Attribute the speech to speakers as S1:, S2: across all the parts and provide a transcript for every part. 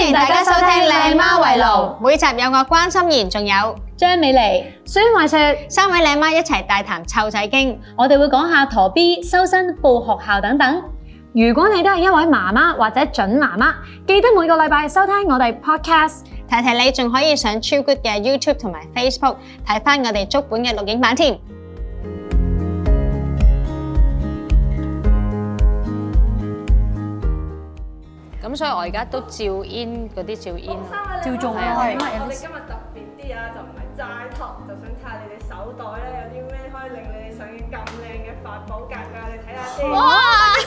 S1: 迎大家收聽《靚媽圍爐》，
S2: 每集有我關心妍，仲有
S1: 張美妮、
S3: 孫慧雪，
S2: 三位靚媽一齊大談湊仔經。
S1: 我哋會講下陀 B、修身、報學校等等。
S3: 如果你都係一位媽媽或者準媽媽，記得每個禮拜收聽我哋 podcast。
S2: 提提你仲可以上超 good 嘅 YouTube 同埋 Facebook 睇翻我哋足本嘅錄影版添。咁所以我而家都照 in 嗰啲照 in
S4: 照做
S2: 係
S4: 啊
S2: 啊
S4: 因為有
S5: 我哋
S4: 啲
S5: 今日特別啲啊，就唔係齋托，就想睇下你哋手袋咧有啲咩可以令你哋上嘅咁靚嘅法寶格㗎，你睇下先。
S2: 哇！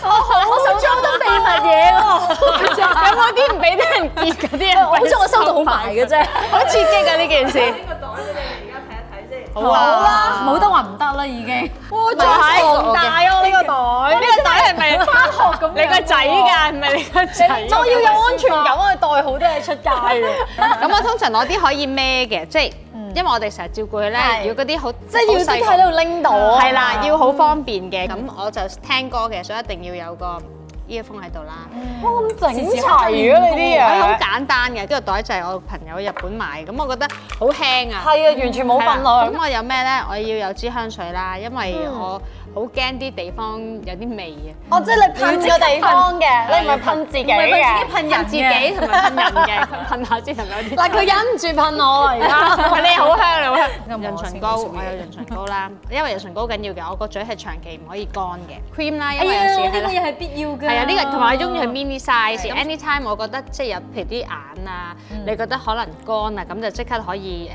S2: 我好
S4: 收到秘密嘢喎，
S2: 有冇啲唔俾啲人見嗰啲人？
S4: 我好似我收到好埋嘅啫，
S2: 好刺激啊！呢件事
S5: 呢個袋你哋而家睇一睇先。
S2: 好啊！
S4: 冇得話唔得啦已經。
S2: 我仲係大啊！呢個袋，呢個袋係咪翻學咁？你個仔㗎，唔係你個仔。
S4: 啊我要有安全感，啊我袋好多嘢出街嘅，
S2: 咁我通常攞啲可以孭嘅，即係因為我哋成日照顧佢咧，
S4: 係
S2: 如果嗰啲好
S4: 即係要先
S2: 好細
S4: 喺度拎到
S2: 個
S4: 啊。
S2: 係啦，要好方便嘅。咁我就聽歌嘅，所以一定要有個 earphone 喺度啦。
S4: 哇咁整齊嘅
S2: 哦
S4: 你啲
S2: 我好
S4: 嘢。
S2: 簡單嘅，跟住袋就係我朋友日本買，咁我覺得好輕啊。
S4: 係啊，完全冇份量
S2: 咁。我有咩咧？我要有支香水啦，因為我好驚啲地方有啲味啊嘅。
S4: 哦，即係你噴個地方嘅，你唔係噴自己嘅。
S2: 噴人自己同埋噴人嘅，噴下先係咪有啲？
S4: 嗱，佢忍唔住噴我啊而家。
S2: 喂， 你好香，你好香！
S4: 咁
S2: 潤唇膏，我有潤唇膏啦，因為潤唇膏緊要嘅，我個嘴係長期唔可以乾嘅。cream 啦，因為有時係啦
S4: 係啊必要嘅
S2: 係啊，呢個同埋我中意係 mini size。anytime 我覺得即係有譬如啲眼啊，你覺得可能乾啊，咁就即刻可以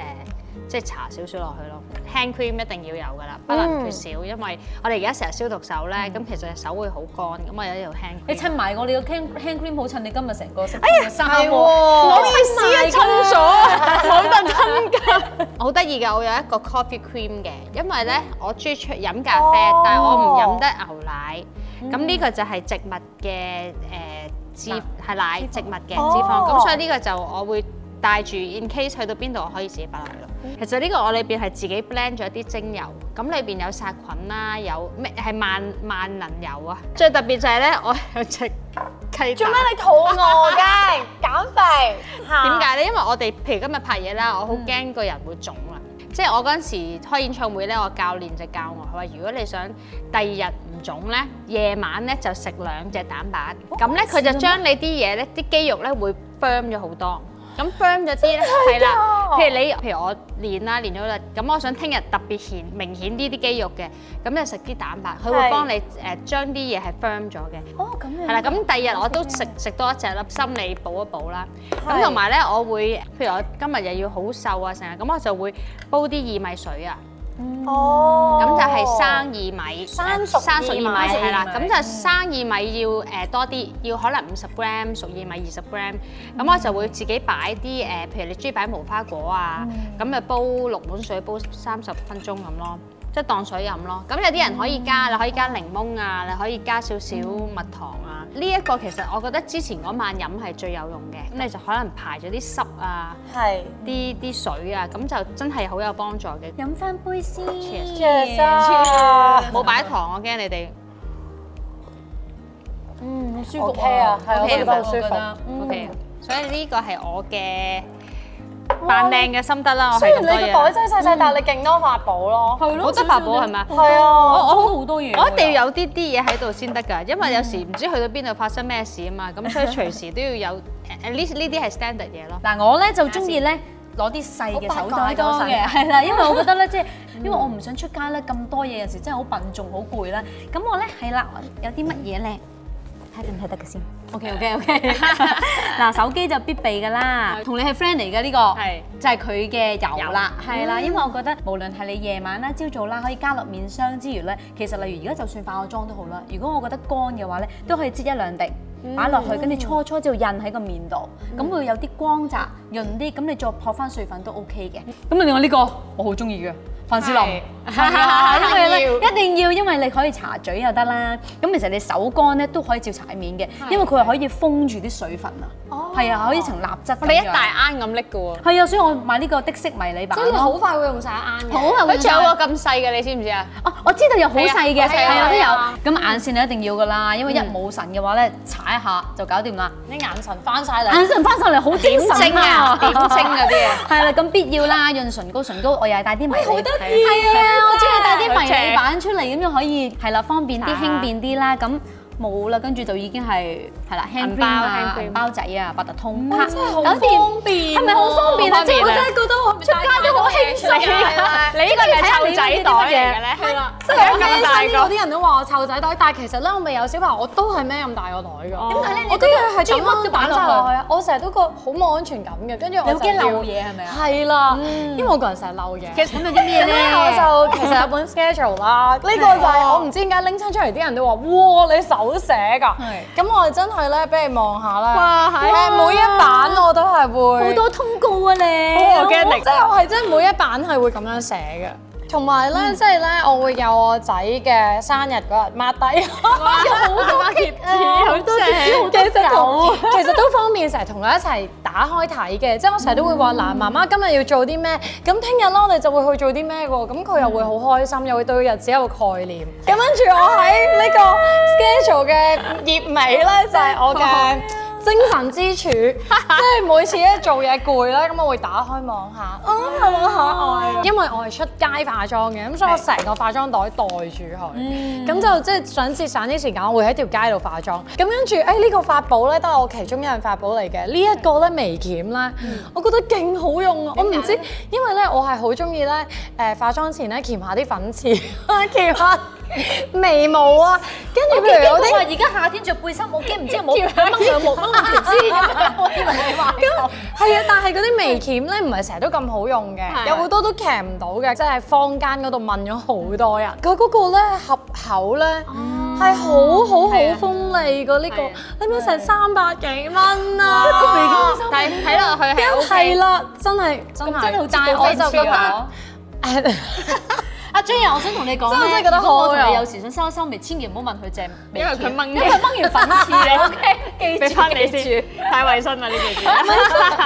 S2: 誒，即係搽少少落去咯。hand cream 一定要有㗎啦，不能缺少，因為我哋而家成日消毒手咧，咁其實手會好乾，咁我有呢度 hand cream。
S6: 你襯埋我哋個 hand hand cream 好襯你今日成個色嘅衫
S4: 哎係
S6: 喎，
S2: 唔好
S4: 喎。
S2: 意思啊，親咗，冇得親㗎。 好得意㗎，我有一個 coffee cream 嘅，因為咧我中意出飲咖啡，
S4: 哦
S2: 但係我唔飲得牛奶。咁呢個就係植物嘅誒脂係嗯奶植物嘅脂肪，咁
S4: 哦
S2: 所以呢個就我會帶住，in case 去到邊度我可以自己擺落去咯。其實呢個我裏邊係自己 blend 咗啲精油，咁裏邊有殺菌啦，有咩係萬萬能油啊！最特別就係咧，我有隻雞
S4: 做
S2: 蛋
S4: 咩。你肚餓嘅？減肥。
S2: 點解咧？因為我哋譬如今日拍嘢啦，我好驚個人會腫啦。即係我嗰陣時開演唱會咧，我教練就教我，佢話如果你想第二日唔腫咧，夜晚咧就食兩隻蛋白，咁咧佢就將你啲嘢咧，啲肌肉咧會 firm 咗好多。咁 firm 咗啲咧，係
S4: 哦
S2: 啦，譬如你，譬如我練啦，練咗啦，咁我想聽日特別顯明顯啲啲肌肉嘅，咁就食啲蛋白，佢會
S4: 係
S2: 幫你誒將啲嘢係 firm 咗嘅。
S4: 哦，咁樣
S6: 嗯
S2: 係啦，咁第二日我都食食多一隻啦，心理補一補啦。咁
S4: 係
S2: 同埋咧，我會譬如我今日又要好瘦啊，成日咁我就會煲啲薏米水啊，
S4: 哦，
S2: 咁就係生薏米，
S4: 生
S2: 呃
S4: 熟
S2: 生熟薏
S4: 薏
S2: 米
S4: 米
S2: 係啦，
S6: 嗯
S2: 咁就生薏米要誒多啲，要可能五十 gram 熟薏米二十 gram，咁我就會自己擺啲誒，譬如你中意擺無花果啊，咁就煲六碗水煲三十分鐘咁咯。即係當水飲咯，咁有啲人可以加，你可以加檸檬啊，你可以加少少蜜糖啊。呢一個其實我覺得之前嗰晚飲係最有用嘅，咁你就可能排咗啲濕啊、
S4: 係。
S2: 啲啲水啊，咁就真係好有幫助嘅。
S6: 飲翻杯先。
S2: Cheers
S4: 啊，
S2: 冇擺糖，我驚你哋。
S4: 嗯，好舒
S6: OK 啊
S4: 係我
S2: OK 啊
S4: 覺得好舒
S6: 我覺
S4: 服。
S6: 得
S4: 嗯
S2: OK，所以呢個係我嘅扮靚嘅心得啦。我
S4: 雖
S2: 係咁
S4: 然你
S2: 多
S4: 個袋
S2: 嘢，
S4: 真係細細，但係你勁多法寶咯。
S6: 係咯，
S2: 好多法寶係咪？
S4: 係
S2: 我
S4: 啊，
S2: 我好
S6: 好多嘢
S2: 我一定要有啲啲嘢喺度先得㗎，因為有時唔知去到邊度發生咩事啊嘛，咁所以隨時都要有 at least 呢啲係 standard 嘢咯。
S6: 嗱，我咧就中意咧攞啲細嘅手袋裝嘅，係啦，因為我覺得咧，即係因為我唔想出街咧咁多嘢，有時真係好笨重、好攰啦。咁我咧係啦，我有啲乜嘢咧？睇唔睇得嘅先？OK OK OK。嗱，手機就必備㗎啦，同你係 friend 嚟嘅呢個，
S2: 係
S6: 就係佢嘅油嗯啦，係啦，因為我覺得無論係你夜晚啦、朝早啦，可以加落面霜之餘咧，其實例如而家就算化個妝都好啦，如果我覺得乾嘅話咧，都可以擠一兩滴。擺落去，跟住搓搓之後印喺個面度，咁會有啲光澤潤啲，咁你再撲翻碎粉都 OK 嘅。咁另外呢個我好中意嘅，凡士林
S2: 係
S6: 係啊， 因為咧
S2: 要
S6: 一定要，因為你可以搽嘴又得啦。咁其實你手乾咧都可以照搽面嘅，因為佢係可以封住啲水分啊。哦，係啊，可以層蠟質咁樣。
S2: 我哋一大罌咁拎嘅喎。
S6: 係啊，所以我買呢個的式迷你版。
S4: 快會用晒啱
S6: 好啊！
S2: 佢仲有個咁細嘅，你知唔知 啊？
S6: 哦，我知道有好細嘅，
S2: 係啊
S6: 係啊都
S2: 係
S6: 有。咁眼線你一定要噶啦，因為一冇神嘅話咧，踩一下就搞掂啦。
S4: 你眼神翻晒嚟，
S6: 眼神翻上嚟好精神
S2: 點睛啊點睛嗰啲啊。
S6: 係啦，咁必要啦，潤唇膏、唇膏，我又係帶啲迷你。好得
S2: 意啊
S6: 係啊，我中意帶啲
S2: 好
S6: 迷
S2: 正
S6: 你版出嚟，咁樣可以係啦，方便啲、
S2: 啊
S6: 輕便啲啦。咁冇啦，跟住就已經係係啦，hand
S2: 銀
S6: cream
S2: 包
S6: 啊、
S2: hand cream
S6: 銀包仔啊、八達通
S4: 哇
S6: 卡，
S4: 真係好
S6: 搞掂
S4: 方便喎，
S6: 係咪好方便啊？
S2: 好方
S6: 即係
S2: 便啊
S6: 我真係覺得我出街都好輕鬆啊！
S2: 你呢個係湊仔袋嚟嘅咧，
S4: 係啦，即
S2: 真
S4: 係
S2: 係
S4: 我
S2: 咁
S4: 孭身
S2: 大
S4: 嗰
S2: 個。
S4: 啲人都話我湊仔袋，但係其實咧我未有小朋友，我都係孭咁大個袋㗎。
S2: 點解
S6: 咧你
S4: 我都係
S6: 中意乜都擺落去
S4: 咁樣去啊！我成日都覺得好冇安全感嘅，跟住我
S6: 你好
S4: 就
S6: 驚漏
S4: 要
S6: 嘢係咪啊？
S4: 係啦，因為我個人成日漏嘢。
S6: 咁有啲咩
S4: 咁咧
S6: 咧？
S4: 我 就其實有本 schedule 啦，呢個就係啊我唔知點解拎親出嚟啲人都話：哇，你手寫㗎！咁我真係咧俾你望下啦。
S2: 哇係啊
S4: 誒每一版我都係會
S6: 好多通告啊你。
S4: 好 organic，即係我係真係每一版係會咁樣寫嘅。同埋咧，即係咧，我會有我仔嘅生日嗰日抹低，有好多貼
S2: 어,
S4: 紙，好多貼紙，好多啊手，其實都方便成日同佢一齊打開睇嘅。即係我成日都會話嗱，媽媽今日要做啲咩，咁聽日咯，我哋就會去做啲咩喎。咁佢又會好開心，又會對日子有個概念。咁跟住我喺呢個 schedule 嘅頁尾咧，就係我嘅。精神支 柱，即係每次一做嘢攰咧，咁我會打開望下，哦，係咪好可愛啊！因為我係出街化妝嘅，咁所以我成個化妝袋袋住佢，咁就即係想節省啲時間，我會喺條街度化妝。咁跟住，誒呢個法寶咧都係我其中一樣法寶嚟嘅，呢一個咧眉鉗咧，我覺得勁好用啊！我唔知，因為咧我係好中意咧誒化妝前咧鉗下啲粉刺， 鉗下眉毛啊，跟住譬如我啲
S6: 我。話而家夏天着背心，我驚唔知有冇掹佢冇掹佢知 咁樣。我以為你話咁
S4: 係啊，但係嗰啲眉鉗咧唔係成日都咁好用嘅，有好多都騎唔到嘅，即係坊間嗰度問咗好多人。佢嗰個咧合口咧係好好好鋒利嘅呢
S2: 係啊
S4: 個，你咪成三百幾蚊啊！
S2: 但係睇落去係啊 O
S4: 係
S2: K。
S4: 啦，真係真
S6: 真係好
S4: 係，
S6: 似
S4: 但係
S6: 我
S4: 我
S6: 就
S4: 就
S6: 覺
S4: 覺
S6: 得
S4: 得。。
S6: 阿張怡，我想同你講咧，
S4: 真係覺得好啊
S6: 如果我同你有時想收一收眉，千祈唔好問佢借眉
S2: 因為佢掹
S6: 因為掹完粉刺啊，OK，記
S2: 俾
S6: 住
S2: 翻你
S6: 記
S2: 先，太衞生啦呢件事。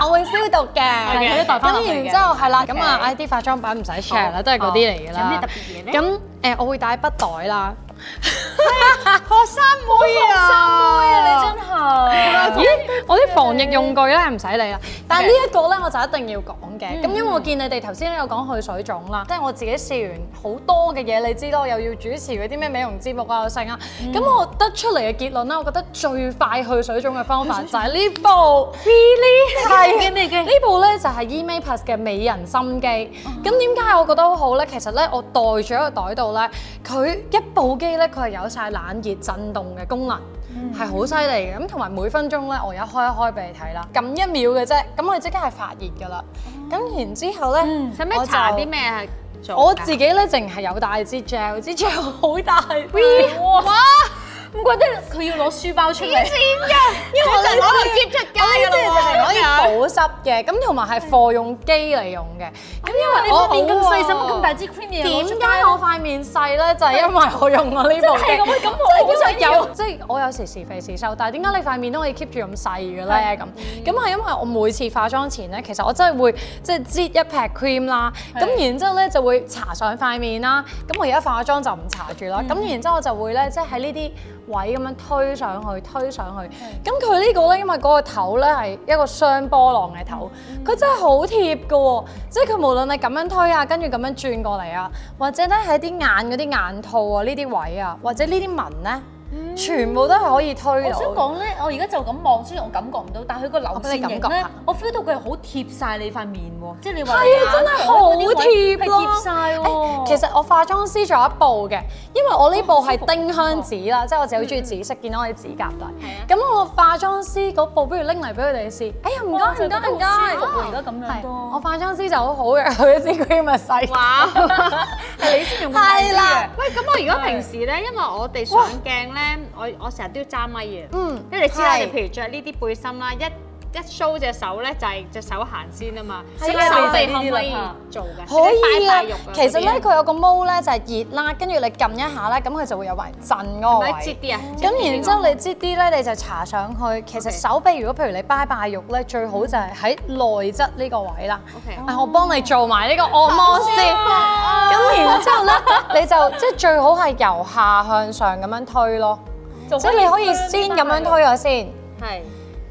S4: 我會消毒嘅，
S6: 佢都袋返落去嘅哦
S4: 咁然之後係啦，咁啊，唉啲化妝品唔使 share 啦，都係嗰啲嚟㗎啦。
S6: 有咩特別嘢咧
S4: 咁誒，我會帶筆袋啦。
S2: 學生妹啊，
S6: 住，真係。
S4: 咦，我啲防疫用具咧唔使理啦，但係呢一個咧我就一定要講嘅，咁因為我見你哋頭先都有講去水腫啦，即係我自己試完好多嘅嘢，你知啦，我又要主持嗰啲咩美容節目啊、剩啊，咁我得出嚟嘅結論啦，我覺得最快去水腫嘅方 法就係呢部 Really 係
S6: 咩機
S4: 呢部咧就係 Emay Plus 嘅美人心機，咁點解我覺得好好咧？其實咧我袋住喺個袋度咧，佢一部機咧佢係有晒冷熱震動嘅功能。係好犀利嘅，咁同埋每分鐘咧，我而家開一開俾你睇啦，撳一秒嘅啫，咁我即刻係發熱㗎啦。咁然之後咧，
S2: 使咩
S4: 我就
S2: 搽啲咩係做㗎？
S4: 我自己咧淨係有帶支 gel，支 gel 好大，V 哇！
S6: 唔怪得佢要攞書包出嚟，
S4: 因為我哋攞嚟貼出街㗎
S2: 㗎啦
S4: 就係可以
S2: 喎
S4: 保濕嘅，咁同埋係貨用機嚟用嘅。咁因為
S6: 你
S4: 我
S6: 塊面咁細，使乜咁大
S4: 支？
S6: 支 cream 嘢攞
S4: 點
S6: 出
S4: 解我塊面細咧？就係因為我用我呢部機。
S6: 咁咁
S4: 好
S6: 我好
S4: 想
S6: 想有
S4: 有，即係我有時是肥是瘦，但係點解你塊面都可以 keep 住咁細嘅咧？咁咁係因為我每次化妝前咧，其實我真係會即係擠一劈 cream 啦，咁然之後咧就會搽上塊面啦。咁我而家化妝就唔搽住啦，咁然之後我就會咧即係喺呢啲位咁樣推上去，推上去。咁佢呢個咧，因為嗰個頭咧係一個雙波浪嘅頭，佢真係好貼嘅喎，即係佢無論你咁樣推啊，跟住咁樣轉過嚟啊，或者咧喺啲眼嗰啲眼套啊呢啲位啊，或者呢啲紋咧。全部都係可以推
S6: 我
S4: 到
S6: 想
S4: 嘅。
S6: 講咧，我而家就咁望，雖然我感覺唔到，但係佢個流
S4: 我
S6: 線
S4: 俾你
S6: 型
S4: 感覺
S6: 咧
S4: 下，
S6: 我 feel 到佢係好貼晒你塊面喎，即係你話
S4: 係啊，真係好貼
S6: 係
S4: 咯
S6: 貼晒
S4: 誒
S6: 喎。
S4: 其實我化妝師仲有一部嘅，因為我呢部係丁香紫啦，即係我自己好中意紫色，見到我啲指甲底。咁我化妝師嗰部，不如拎嚟俾佢哋試。哎呀，唔
S6: 哇
S4: 該唔該唔該。
S6: 就覺得好舒服喎而家咁樣
S4: 係
S6: 都
S4: 我化妝師就好好嘅，佢支 cream 咪細。
S2: 哇！
S6: 係你先用咁大支
S4: 係啦
S6: 嘅，
S2: 喂，咁我如果平時咧，因為我哋上鏡咧，我我成日都要揸咪嘅，
S4: 嗯
S2: 因為你知啦，
S4: 係
S2: 你譬如着呢啲背心啦，一一 show 隻手咧，就係隻手行先啊嘛。隻
S4: 係
S2: 手
S4: 啊
S2: 你可唔可以做嘅？
S4: 可以
S2: 啊
S4: 啊，，其實咧佢有個毛咧就係熱啦，跟住你撳一下咧，咁佢就會有埋震嗰個
S2: 係咪
S4: 位
S2: 擠。啲啊？
S4: 咁然之後你知啲咧，你就搽上去。其實
S2: OK
S4: 手臂如果譬如你拜拜肉咧，最好就係喺內側呢個位啦。
S2: OK 哦
S4: 啊我幫你做埋呢個按摩先。咁然之後咧，你就即係最好係由下向上咁樣推咯，即係你可以先咁樣推咗先。
S2: 係，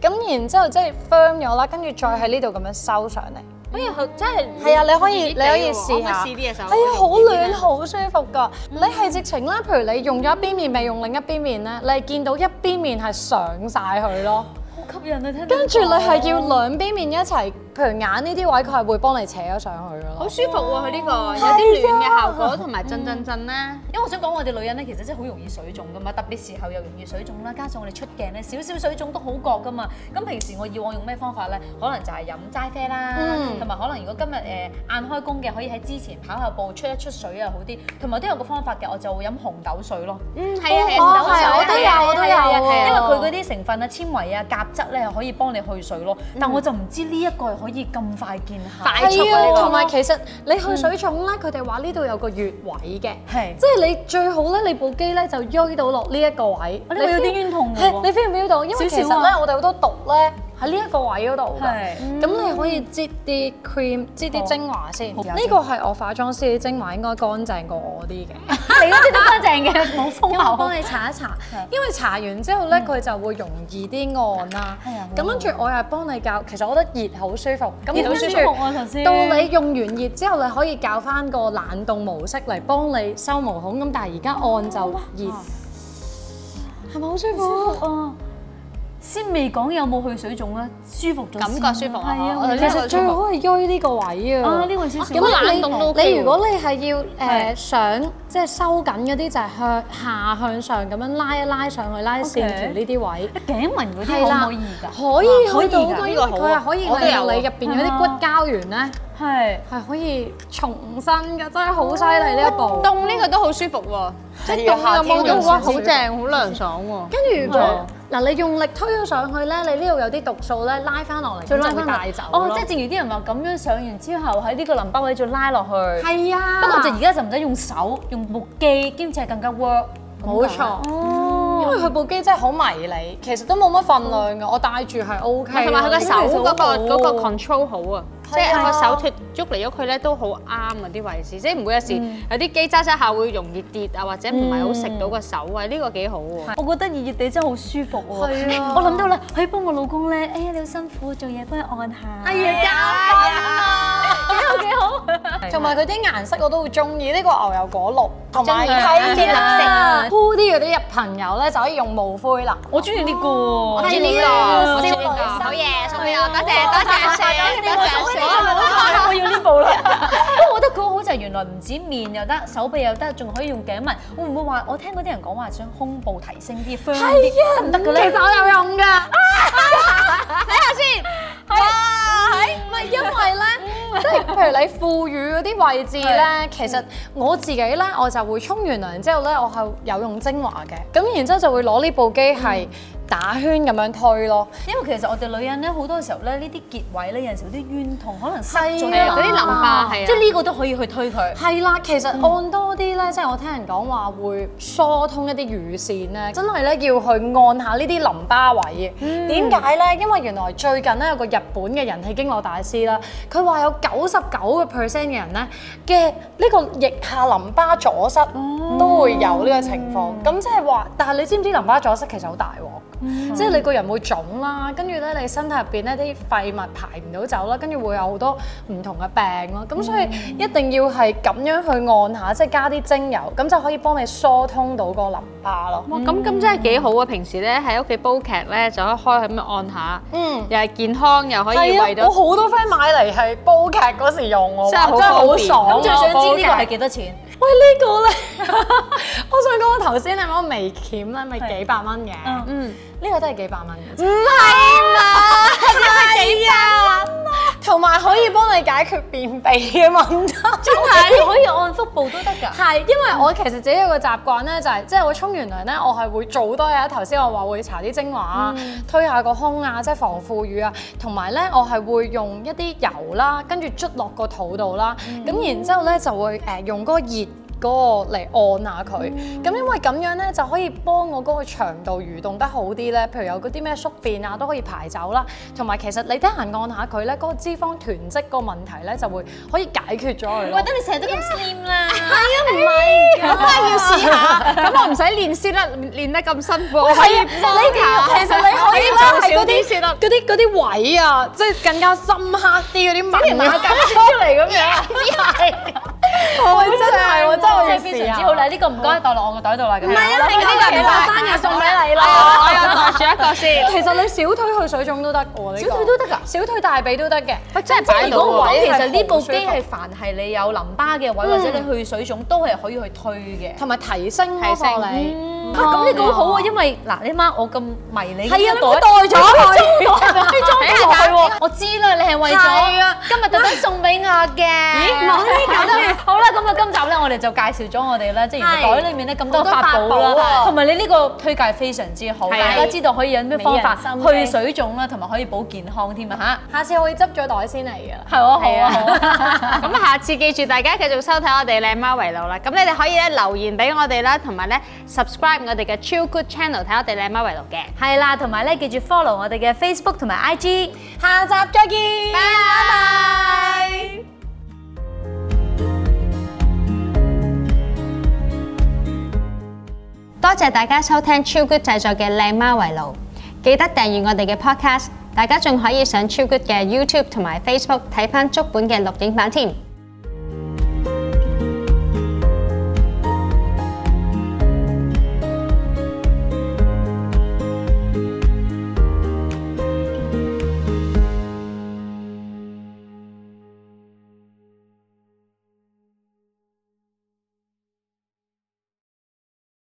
S4: 咁然之後即係 firm 咗啦，跟住再喺呢度咁樣收上嚟。
S2: 不如佢真係
S4: 係啊，你可以
S2: 熱
S4: 你
S2: 熱地
S4: 可以
S2: 喎
S4: 試下，
S2: 可唔可以試啲嘅手
S4: 係啊，好暖，好舒服㗎。你係直情咧，譬如你用咗一邊面，未用另一邊面咧，你係見到一邊面係上晒佢咯。
S6: 好吸引啊！聽
S4: 跟住你係要兩邊面一齊，譬如眼呢啲位，佢係會幫你扯咗上去㗎
S2: 好
S4: 咯。
S2: 舒服喎！佢呢個有啲暖嘅效果，同埋震震震咧。
S6: 因為我想講，我哋女人咧其實真係好容易水腫噶嘛，特別時候又容易水腫啦，加上我哋出鏡咧少少水腫都好覺噶嘛。咁平時我以往用咩方法咧？可能就係飲齋啡啦
S4: 嗯，
S6: 同埋、可能如果今日誒晏開工嘅，可以喺之前跑下步出一出水啊好啲。同埋都有個方法嘅，我就會飲紅豆水咯。
S2: 嗯，係啊，係
S4: 哦
S2: 啊，
S4: 係啊我都有我都有
S6: 係啊係啊因為
S4: 喎
S6: 佢嗰啲成分啊、纖維啊、鉀質咧係可以幫你去水咯。但我就唔知呢一個係可以咁快見效。
S2: 快速
S4: 係
S2: 啊呢
S4: 啊，
S2: 個
S4: 同埋其實你去水腫咧，佢哋話呢度有個穴位嘅，
S6: 係
S4: 即係你最好咧，你部機咧就鋥到落呢一個位，
S6: 我呢個有啲冤痛㗎
S4: 係你
S6: 喎。
S4: feel 唔 feel 到？因為其實
S6: 少少
S4: 咧
S6: 啊，
S4: 我哋好多毒咧喺呢一個位嗰度㗎
S6: 係。
S4: 咁你可以擠啲 cream，擠啲精華先。
S6: 好
S4: 呢個係我化妝師啲精華應該乾淨過我啲 嘅，
S6: 你嗰啲都乾淨嘅，冇風
S4: 因為我
S6: 流。
S4: 幫你搽一搽。因為搽完之後咧，佢就會容易啲按啦
S6: 係啊。
S4: 咁跟住我又幫你教，其實我覺得熱好舒服。咁
S6: 熱好
S4: 跟住
S6: 舒服啊頭先
S4: 到你用完熱之後，你可以教翻個冷凍模式嚟幫你收毛孔。咁但係而家按就熱，係咪好舒服？
S6: 哦，先未講有冇去水腫啦，舒服咗
S2: 感覺
S6: 先。
S2: 舒服啊
S6: 係啊，
S2: 我
S6: 我
S2: 哋
S4: 其
S2: 呢
S4: 實最好係鋥呢個位啊。
S6: 啊呢個少少。
S4: 咁
S2: 冷
S4: 你
S2: 凍都 OK
S4: 你
S2: 喎
S4: 如果你係要誒
S6: 係
S4: 想即係收緊嗰啲，就係向下向上咁樣拉一拉上去，拉線條呢啲位。
S6: 頸紋嗰
S4: 係
S6: 啲
S4: 啦
S6: 可唔可以㗎？
S4: 可以去到
S6: 可
S2: 呢
S6: 以㗎
S4: 嗰因為
S2: 個好
S4: 佢
S2: 啊
S4: 係可以
S2: 我都
S4: 令到
S2: 有
S4: 你
S2: 啊
S4: 入邊嗰啲骨膠原咧
S6: 係。
S4: 係可以重生嘅，真係好犀利呢一步。
S2: 凍呢個都好舒服喎，即係
S4: 係啊
S2: 凍嘅毛
S4: 夏天
S2: 都
S4: 用
S2: 哇
S4: 少
S2: 好
S4: 少
S2: 正，好涼爽喎。
S4: 跟住如果嗱你用力推咗上去咧，你呢度有啲毒素咧拉翻落嚟，
S6: 再
S4: 咁
S6: 拉
S4: 就
S6: 翻
S4: 會帶走
S6: 哦
S4: 咯，
S6: 即係正如啲人話咁樣上完之後，喺呢個淋巴位再拉落去。
S4: 係啊。
S6: 不過就而家就唔使用手，用部機，兼且更加 work。
S4: 冇錯，
S2: 哦
S4: 因為佢部機真係好迷你，其實都冇乜份量嘅，我戴住係啊 O K。
S2: 嗯同埋佢個手嗰個嗰個 control 好啊，即係個
S4: 係啊
S2: 手脱喐嚟喐去咧都好啱啊啲位置，即係唔會有時有啲機揸揸下會容易跌啊，或者唔係好食到個手位，呢個幾好喎。
S6: 我覺得熱熱地真係好舒服喎。
S4: 係啊
S6: 我諗到啦，可以幫我老公咧，哎呀你好辛苦，做嘢幫佢按下。哎
S2: 係啊，
S4: 同埋佢啲顏色我都會中意，呢個牛油果綠，同埋
S2: 真嘅
S4: 係啦
S6: 啊，
S4: 鋪啲嗰啲入朋友咧就可以用霧灰啦。
S6: 我中意呢個喎。
S2: 我知呢個，我知呢個，好嘢，送俾我，多謝多謝謝，多謝謝。
S6: 我要呢部啦。 因為我覺得佢好就係原來唔止面又得，手臂又得，仲可以用頸紋。會唔會話我聽嗰啲人講話想胸部提升啲 firm 啲得唔得嘅咧？
S4: 其實我有用 㗎， 睇下先。哇，係唔係因為咧，即係譬如你副乳嗰啲位置咧，其實我自己咧，我就會沖完涼之後咧，我係有用精華嘅，咁然之後就會攞呢部機係打圈咁樣推咯。
S6: 因為其實我哋女人咧好多時候咧呢啲結位咧有陣時有啲冤痛，可能塞咗
S4: 係啊
S2: 嗰啲淋巴係啊
S6: 即係呢個都可以去推佢。
S4: 係啦，其實按多啲咧，即係我聽人講話會疏通一啲乳腺咧，真係咧要去按下呢啲淋巴位嘅。點解咧？因為原來最近咧有個日本嘅人氣經絡大師啦，佢話有九十九個 percent 嘅人咧嘅呢個腋下淋巴阻塞都會有呢個情況。咁即係話，但係你知唔知淋巴阻塞其實好大鑊？即係你個人會腫啦，跟住咧你身體入邊咧啲廢物排唔到走啦，跟住會有好多唔同嘅病咯。咁所以一定要係咁樣去按下，即係加啲精油，咁就可以幫你疏通到個淋巴咯。
S2: 哇，咁咁真係幾好啊！平時咧喺屋企煲劇咧，就可以開咁樣按下，
S4: 嗯
S2: 又係健康，又可以為
S4: 係啊，我
S2: 到
S4: 好多 friend 買嚟係煲劇嗰時用我，
S2: 真係好
S4: 哇
S2: 方
S4: 好
S2: 便
S4: 爽啊。
S6: 咁最想
S4: 煲
S6: 知
S4: 劇
S6: 呢個係幾多錢？
S4: 喂呢 個咧，我想講我頭先你講微鉗咧，咪幾百蚊嘅，嗯，呢個都係幾百蚊嘅啫。唔係嘛，係幾百蚊啊！同埋可以幫你解決便秘嘅問題。
S6: 係可以按腹部都得㗎。
S4: 係，因為我其實自己有個習慣咧，就係、即係我沖完涼咧，我係會做多嘢。頭先我話會搽啲精華啊，推下個胸啊，即係防腐乳啊，同埋咧我係會用一啲油啦，跟住捽落個肚度啦，咁、然之後咧就會誒、呃用嗰個熱。嗰個嚟按下佢，咁、因為咁樣咧就可以幫我嗰個腸道蠕動得好啲咧，譬如有嗰啲咩宿便啊都可以排走啦，同埋其實你得閒按下佢咧，嗰、個脂肪囤積個問題咧就會可以解決咗佢咯
S6: 覺。得你成日都咁 slim 啦，
S4: 啊
S2: 咁我唔使練先啦，練得咁辛苦，我可以幫下。
S4: 啊其實你可以
S2: 做
S4: 咧係
S2: 少
S4: 嗰
S2: 啲
S4: 啲
S2: 先啦。
S4: 嗰啲嗰啲位啊，即係更加深刻啲嗰啲紋
S2: 馬
S4: 啊，
S2: 甲出嚟咁樣，
S4: 我真係我真係我要
S6: 真係非
S4: 試
S6: 常之
S4: 下
S6: 好。啦！呢個唔該袋落我個袋度啦，咁樣。唔係
S2: 呢個唔係
S4: 生日送俾你
S2: 我 有我有袋住一個先。
S4: 其實你小腿去水腫都得喎，呢個
S6: 小腿都得㗎
S4: 小腿大髀都得嘅。
S2: 佢真係
S6: 即係
S2: 擺
S6: 如
S2: 到
S6: 果
S2: 喎。
S6: 講，
S4: 位
S6: 其
S4: 係
S6: 實呢部
S4: 好
S6: 機
S4: 舒服
S6: 係凡係你有淋巴嘅位，或者你去水腫都係可以去推嘅。
S4: 同埋提升
S2: 提
S4: 提
S2: 升
S4: 升你，
S6: 啊咁呢個好啊，因為嗱，你媽我咁迷你呢
S4: 係啊
S6: 個袋，
S4: 你袋咗 佢
S6: 你裝袋，你裝咗落去喎。我知啦，你係為咗今日特登送俾我嘅。咦，冇呢咁好啦，咁啊，今集咧我哋就介紹咗我哋咧，即係原來袋裡面咧咁多法寶
S4: 好多法寶
S6: 啦，
S4: 啊
S6: 同埋你呢個推介非常之好，
S2: 係啊
S6: 大家知道可以有咩方法
S1: 美人心機
S6: 去水腫啦，同埋可以保健康添啊
S4: 下次我會執咗袋先嚟㗎啦。
S6: 嚇。係啊，好啊，好啊。
S2: 咁下次記住大家繼續收睇我哋靚媽圍爐啦。咁你哋可以咧留言俾我哋啦，同埋咧 subscribe 我哋嘅超 good channel 睇我哋靚媽圍爐嘅。
S6: 係啦，同埋咧記住 follow 我哋嘅 Facebook 同埋 IG。
S4: 下集再見。
S2: 拜拜。多謝大家收聽超 good 製作嘅靚媽圍爐，記得訂閱我哋嘅 podcast。大家仲可以上超 good 嘅 YouTube 同埋 Facebook 睇翻足本嘅錄影版添。